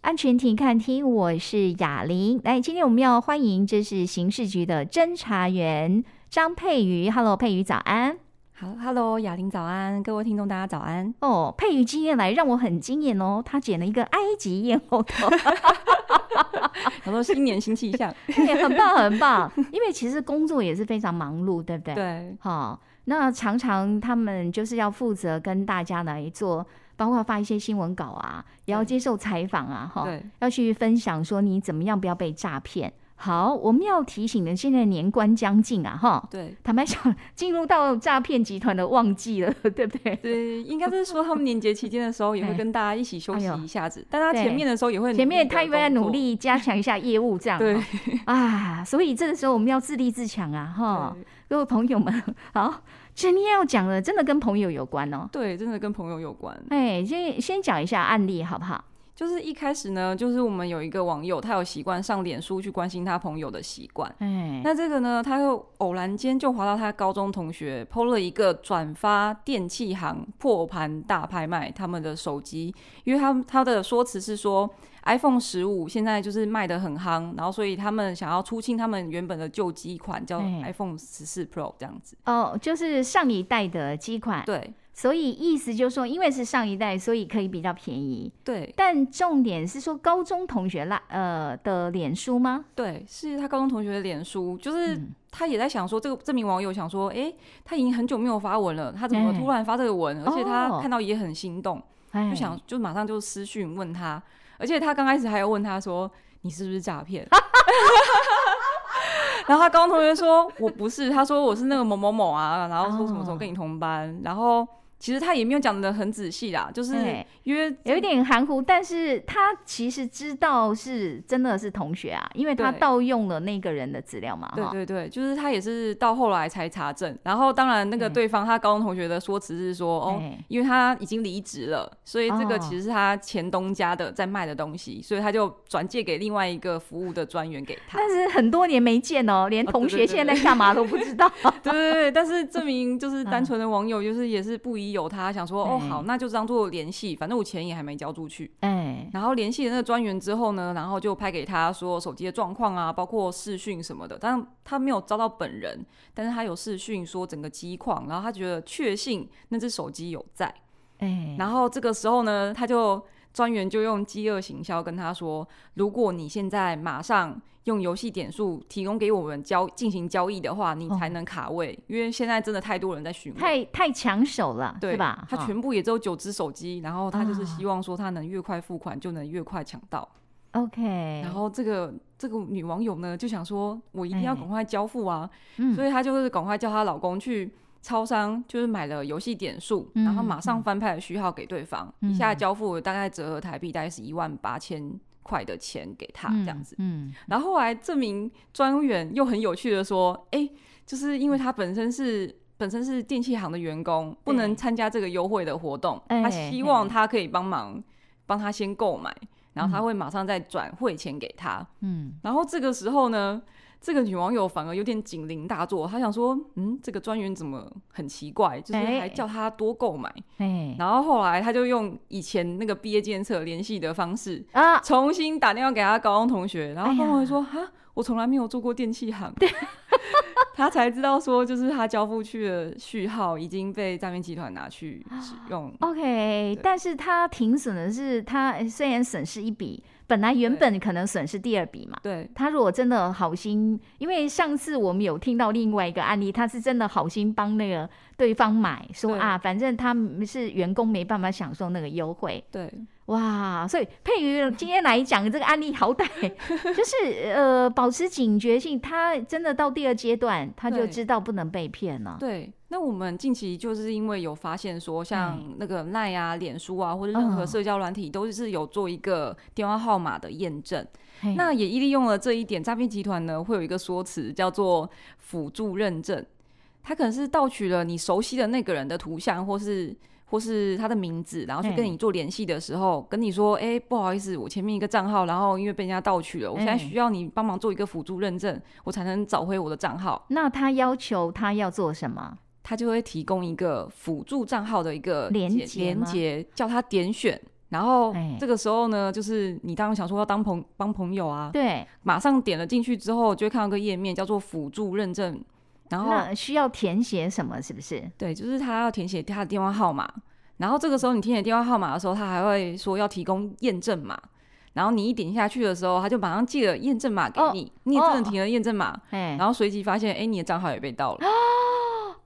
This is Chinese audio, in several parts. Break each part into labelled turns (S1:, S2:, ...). S1: 安全庭看厅，我是雅玲。来，今天我们要欢迎这是刑事局的侦查员张佩瑜。Hello，佩瑜，早安。
S2: 好，Hello，雅玲早安，各位听众大家早 安。
S1: 哦，佩瑜今天来让我很惊艳哦，她剪了一个埃及艳后头，
S2: 我说新年新气象，
S1: 对，很棒很棒。因为其实工作也是非常忙碌， 对不对？。
S2: 对，
S1: 好、那常常他们就是要负责跟大家来做，包括发一些新闻稿啊，也要接受采访啊，哈、
S2: 对，
S1: 要去分享说你怎么样不要被诈骗。好，我们要提醒的，现在年关将近啊，哈。
S2: 对，
S1: 坦白讲，进入到诈骗集团的旺季了，对不对？
S2: 对，应该是说他们年节期间的时候也会
S1: 哎
S2: 跟大家一起休息
S1: 哎呦
S2: 一 下子，但他前面的时候也会
S1: 前面他
S2: 因
S1: 又在努，力加强一下业务，这样
S2: 对
S1: 哦啊，所以这个时候我们要自立自强啊，哈，各位朋友们，好，今天要讲的真的跟朋友有关哦，
S2: 对，对真的跟朋友有关。
S1: 哎，先先讲一下案例好不好？
S2: 就是一开始呢，就是我们有一个网友，他有习惯上脸书去关心他朋友的习惯。
S1: 哎，
S2: 那这个呢，他又偶然间就滑到他高中同学 PO 了一个转发电器行破盘大拍卖他们的手机，因为他们他的说辞是说 iPhone 十五现在就是卖的很夯，然后所以他们想要出清他们原本的旧机款叫
S1: 哎
S2: iPhone 十四 Pro 这样子。
S1: 哦，就是上一代的机款，
S2: 对
S1: 所以意思就是说，因为是上一代，所以可以比较便宜。
S2: 对
S1: 但重点是说，高中同学啦，呃的脸书吗？
S2: 对，是他高中同学的脸书，就是
S1: 嗯
S2: 他也在想说，这个这名网友想说，诶，他已经很久没有发文了，他怎么
S1: 哎
S2: 突然发这个文？而且
S1: 哦
S2: 他看到也很心动。
S1: 哎
S2: 就想就马上就私讯问他，而且他刚开始还要问他说你是不是诈骗， 然后他高中同学说我不是，他说我是那个某某某啊，然后说什么时候跟你同班，然后其实他也没有讲的很仔细啦，就是
S1: 哎
S2: 因为
S1: 有一点含糊，但是他其实知道是真的是同学啊，因为他
S2: 对
S1: 盗用了那个人的资料嘛，
S2: 对
S1: 哈，
S2: 对对，就是他也是到后来才查证，然后当然那个
S1: 哎
S2: 对方他高中同学的说辞是说哦。
S1: 哎
S2: 因为他已经离职了，所以这
S1: 哦
S2: 个其实是他前东家的在卖的东西，所以他就转借给另外一个服务的专员给他。
S1: 但是很多年没见哦，连
S2: 哦
S1: 同
S2: 对
S1: 学
S2: 对对
S1: 现在
S2: 对
S1: 在干嘛都不 知道。
S2: 对对对，但是证明就是
S1: 嗯
S2: 单纯的网友，就是也是不疑有他，想说哦
S1: 对
S2: 好，那就当做联系，反正我钱也还没交出去。
S1: 哎，
S2: 然后联系了那个专员之后呢，然后就拍给他说手机的状况啊，包括视讯什么的，但他没有招到本人，但是他有视讯说整个机况，然后他觉得确信那只手机有在。
S1: 哎，
S2: 然后这个时候呢，他就专员就用饥饿行销跟他说，如果你现在马上用游戏点数提供给我们交进行交易的话，你
S1: 哦
S2: 才能卡位，因为现在真的太多人在询问。
S1: 太太抢手了，
S2: 对
S1: 是吧？
S2: 他
S1: 哈
S2: 全部也只有九只手机，然后他就是
S1: 啊
S2: 希望说他能越快付款就能越快抢到。
S1: OK，
S2: 然后这个这个女网友呢就想说，我一定要
S1: 哎
S2: 赶快交付啊，
S1: 嗯
S2: 所以她就是赶快叫她老公去超商，就是买了游戏点数，
S1: 嗯
S2: 然后马上翻拍了序号给对方，
S1: 嗯
S2: 一下交付了大概折合台币大概是一万八千块的钱给他这样子。
S1: 嗯，
S2: 然后后来这名专员又很有趣的说，哎，就是因为他本身是。本身是电器行的员工，不能参加这个优惠的活动。
S1: 哎
S2: 他希望他可以帮忙，帮他先购买，然后他会马上再转汇钱给他。
S1: 嗯
S2: 然后这个时候呢，这个女网友反而有点警铃大作，她想说，嗯，这个专员怎么很奇怪，就是
S1: 哎
S2: 还叫她多购买。
S1: 嗯，哎
S2: 然后后来她就用以前那个毕业监测联系的方式，
S1: 啊，
S2: 重新打电话给她高中同学，然后
S1: 哎呀
S2: 高中同学说，哈、我从来没有做过电器行。对。 他才知道说，就是他交付去的序号已经被诈骗集团拿去使 用。
S1: OK，但是他停损的是他虽然损失一笔，本来原
S2: 对
S1: 本可能损失第二笔嘛。
S2: 对
S1: 他如果真的好心，因为上次我们有听到另外一个案例，他是真的好心帮那个对方买，说
S2: 对
S1: 啊，反正他们是员工没办法享受那个优惠，
S2: 对，
S1: 哇！所以佩瑜今天来讲这个案例，好歹 就是呃保持警觉性，他真的到第二阶段，他就
S2: 对
S1: 知道不能被骗了。
S2: 对，那我们近期就是因为有发现说，像那个赖啊、脸书啊，或者任何
S1: 嗯
S2: 社交软体，都是有做一个电话号码的验证。
S1: 嘿
S2: 那也利用了这一点，诈骗集团呢会有一个说辞叫做辅助认证，它可能是盗取了你熟悉的那个人的图像，或是。或是他的名字，然后去跟
S1: 哎
S2: 你做联系的时候，跟你说：“哎、不好意思，我前面一个账号，然后因为被人家盗取了，我现在
S1: 哎
S2: 需要你帮忙做一个辅助认证，我才能找回我的账号。”
S1: 那他要求他要做什么？
S2: 他就会提供一个辅助账号的一个
S1: 连
S2: 连
S1: 结吗
S2: 连接，叫他点选，然后
S1: 哎
S2: 这个时候呢，就是你当然想说要当朋帮朋友啊，
S1: 对，
S2: 马上点了进去之后，就会看到一个页面叫做辅助认证，然后
S1: 那需要填写什么？是不是？
S2: 对，就是他要填写他的电话号码，然后这个时候你填写电话号码的时候，他还会说要提供验证码，然后你一点下去的时候，他就马上寄了验证码给
S1: 哦
S2: 你，你也真
S1: 哦哦
S2: 的填了验证码，
S1: 哎，
S2: 然后随即发现，哎、你的账号也被盗了。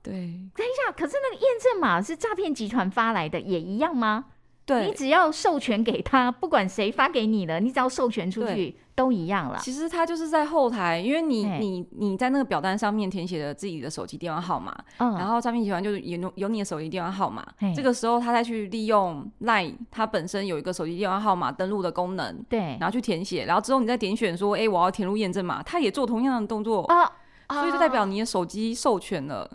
S2: 对
S1: 等一下，可是那个验证码是诈骗集团发来的，也一样吗？你
S2: 对，
S1: 只要授权给他，不管谁发给你的，你只要授权出去，都一样了。
S2: 其实他就是在后台，因为你
S1: 哎
S2: 你你在那个表单上面填写了自己的手机电话号码，然
S1: 嗯，
S2: 后诈骗集团就是有有你的手机电话号码
S1: 嘿，
S2: 这个时候他再去利用 LINE 它本身有一个手机电话号码登录的功能，
S1: 对，
S2: 然后去填写，然后之后你再点选说，哎、我要填入验证码，他也做同样的动作，
S1: 啊，
S2: 所以就代表你的手机授权了，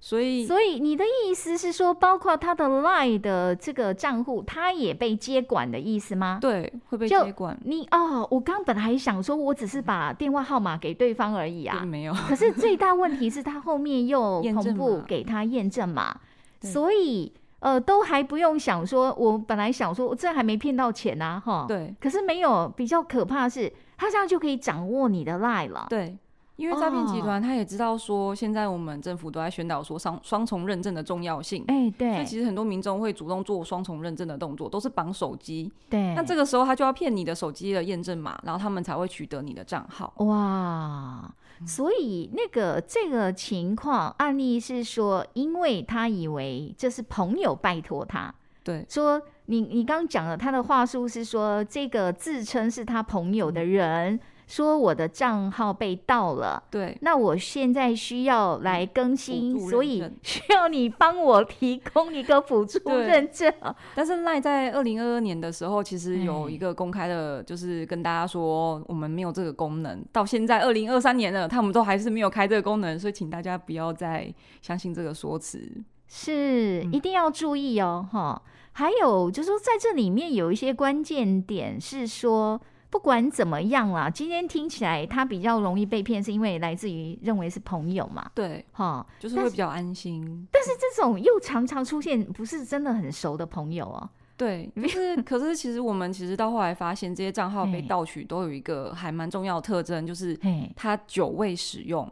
S2: 所以
S1: 所以你的意思是说，包括他的 Line 的这个账户，他也被接管的意思吗？
S2: 对会被
S1: 就
S2: 接管，
S1: 你哦，我刚本来想说，我只是把电话号码给对方而已
S2: 并
S1: 啊。
S2: 没有，
S1: 可是最大问题是，他后面又
S2: 验
S1: 同
S2: 证
S1: 步
S2: 码
S1: 给他验证 码，
S2: 对
S1: 所以呃，都还不用想说，我本来想说，我这还没骗到钱啊，哈。。
S2: 对
S1: 可是没有，比较可怕的是，他这样就可以掌握你的 line 了。
S2: 对。因为诈骗集
S1: 哦
S2: 团他也知道说，现在我们政府都在宣导说双双重认证的重要性，
S1: 哎，
S2: 所
S1: 对
S2: 以其实很多民众会主动做双重认证的动作，都是绑手机，
S1: 对。
S2: 那这个时候他就要骗你的手机的验证码，然后他们才会取得你的账号。
S1: 哇，嗯所以那个这个情况案例是说，因为他以为这是朋友拜托他，
S2: 对
S1: 说你你刚刚讲了，他的话术是说，这个自称是他朋友的人说我的账号被盗了。
S2: 对
S1: 那我现在需要来更新，
S2: 辅助
S1: 所
S2: 认
S1: 以
S2: 证
S1: 需要你帮我提供一个辅助
S2: 对
S1: 认 证。
S2: 但是赖在二零二二年的时候，其实有
S1: 哎
S2: 一个公开的，就是跟大家说哦我们没有这个功能。到现在二零二三年了，他们都还是没有开这个功能，所以请大家不要再相信这个说辞。
S1: 是，
S2: 嗯
S1: 一定要注意哦，哈。还有就是说，在这里面有一些关键点是说，不管怎么样啦，今天听起来他比较容易被骗，是因为来自于认为是朋友嘛，
S2: 对，
S1: 哈。
S2: 就是
S1: 但
S2: 会
S1: 是
S2: 比较安心。
S1: 但是这种又常常出现不是真的很熟的朋友哦，
S2: 对，就是可是其实我们其实到后来发现，这些账号被
S1: 哎
S2: 盗取都有一个还蛮重要的特征，就是
S1: 嘿，
S2: 它久未使用。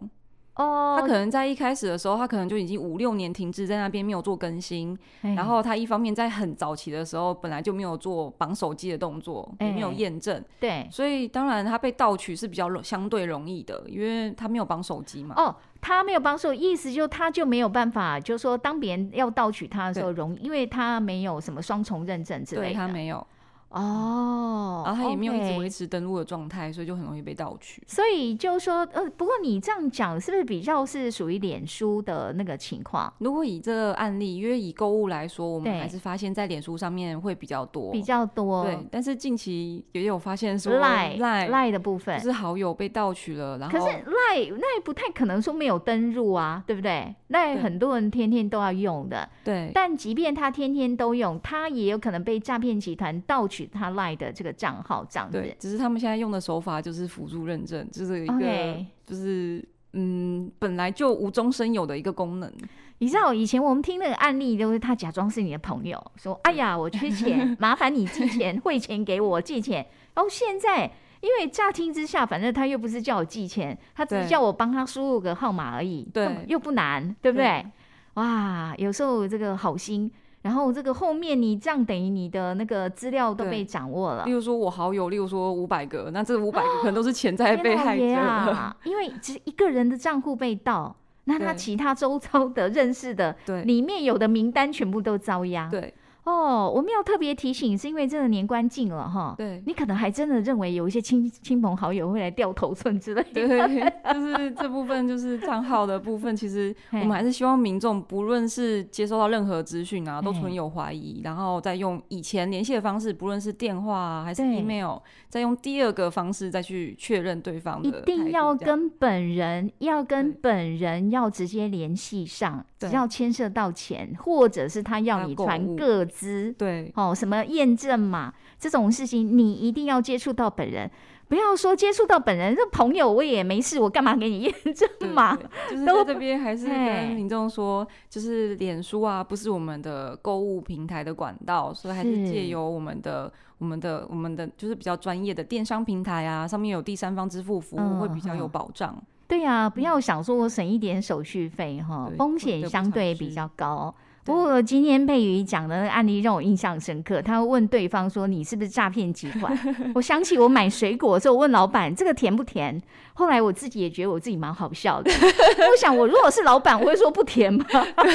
S1: 哦，
S2: 他可能在一开始的时候，他可能就已经五六年停滞在那边没有做更新，
S1: 嘿
S2: 然后他一方面在很早期的时候本来就没有做绑手机的动作，也没有
S1: 哎
S2: 验证，
S1: 对，
S2: 所以当然他被盗取是比较容相对容易的，因为他没有绑手机嘛。
S1: 哦，他没有帮助，意思就他就没有办法，就说当别人要盗取他的时候容易，因为他没有什么双重认证之类
S2: 对
S1: 的，
S2: 他没有，
S1: 哦，
S2: 然后他也没有一直
S1: OK
S2: 维持登录的状态，所以就很容易被盗取。
S1: 所以就说，呃，不过你这样讲是不是比较是属于脸书的那个情况
S2: 如果以这个案例，因为以购物来说，我们
S1: 对
S2: 还是发现在脸书上面会比较多，
S1: 比较多？
S2: 对。但是近期也有发现说
S1: 赖
S2: 赖
S1: 赖的部
S2: 就
S1: 分，
S2: 是好友被盗取了，然
S1: 可
S2: 后
S1: 是赖赖不太可能说没有登入啊，对不对？赖
S2: 对
S1: 很多人天天都要用的，
S2: 对
S1: 但即便他天天都用，他也有可能被诈骗集团盗取他赖的这个账号，这样
S2: 对
S1: 子，。
S2: 只是他们现在用的手法就是辅助认证，就是一个
S1: OK，
S2: 就是嗯，本来就无中生有的一个功能。
S1: 你知道以前我们听那个案例，就是他假装是你的朋友，说：“哎呀，我缺 钱，麻烦你寄钱、汇钱给我，借钱。”然后现在因为乍听之下，反正他又不是叫我寄钱，他只是
S2: 对
S1: 叫我帮他输入个号码而已，
S2: 对
S1: 根本又不难，对不对？
S2: 对
S1: 哇，有时候这个好心，然后这个后面你这样等于你的那个资料都
S2: 对
S1: 被掌握了
S2: 例。如说我好友，例如说五百个，那这五百个可能都是潜在哎被害者。
S1: 天老爷 啊！因为只是一个人的账户被盗，那他
S2: 对
S1: 其他周遭的认识的
S2: 对
S1: 里面有的名单全部都遭殃。
S2: 对
S1: 哦，我们要特别提醒，是因为真的年关近了哈，
S2: 对
S1: 你可能还真的认为有一些亲亲朋好友会来掉头寸之类的。
S2: 对， 就是这部分就是账号的部分，其实我
S1: 嘿
S2: 们还是希望民众不论是接收到任何资讯啊，都
S1: 嘿
S2: 存有怀疑，然后再用以前联系的方式，不论是电话啊还是
S1: 对
S2: email，再用第二个方式再去确认对方
S1: 一
S2: 的态度这样，
S1: 定要跟本人，要跟
S2: 对
S1: 本人要直接联系上，只
S2: 对
S1: 要牵涉到钱，或者是他要
S2: 他
S1: 你
S2: 购
S1: 传
S2: 物
S1: 个资，
S2: 对，
S1: 哦，什么验证码这种事情，你一定要接触到本人。不要说接触到本人，这朋友我也没事，我干嘛给你验证
S2: 对
S1: 码？
S2: 对就是
S1: 都
S2: 在这边还是
S1: 哎
S2: 跟民众说，就是脸书啊，不是我们的购物平台的管道，所以还
S1: 是
S2: 是借由我们的、我们的、我们的，就是比较专业的电商平台啊，上面有第三方支付服
S1: 嗯
S2: 务，会比较有
S1: 嗯
S2: 保障。
S1: 对呀、不要想说我省一点手续费哈，
S2: 嗯对
S1: 风
S2: 不得
S1: 险
S2: 不
S1: 相
S2: 尝
S1: 对比
S2: 试
S1: 较高。不
S2: 对
S1: 过今天佩瑜讲的那个案例让我印象深刻，他问对方说：“你是不是诈骗集团？” 我想起我买水果的时候，我问老板这个甜不甜。后来我自己也觉得我自己蛮好笑的，我想我如果是老板，我会说不甜吗？ 但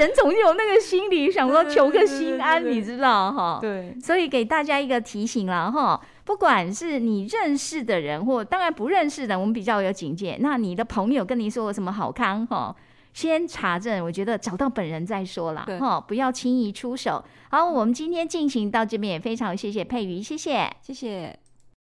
S1: 人总有那个心理，想说
S2: 对对
S1: 求个
S2: 对对
S1: 心
S2: 对
S1: 安，
S2: 对
S1: 你知道哈？
S2: 对，
S1: 所以给大家一个提醒了哈，不管是你认识的人或当然不认识的，我们比较有警戒。那你的朋友跟你说有什么好康哈？先查证，我觉得找到本人再说啦
S2: 对
S1: 哈，不要轻易出手。好，我们今天进行到这边，也非常谢谢佩瑜，谢谢。
S2: 谢谢。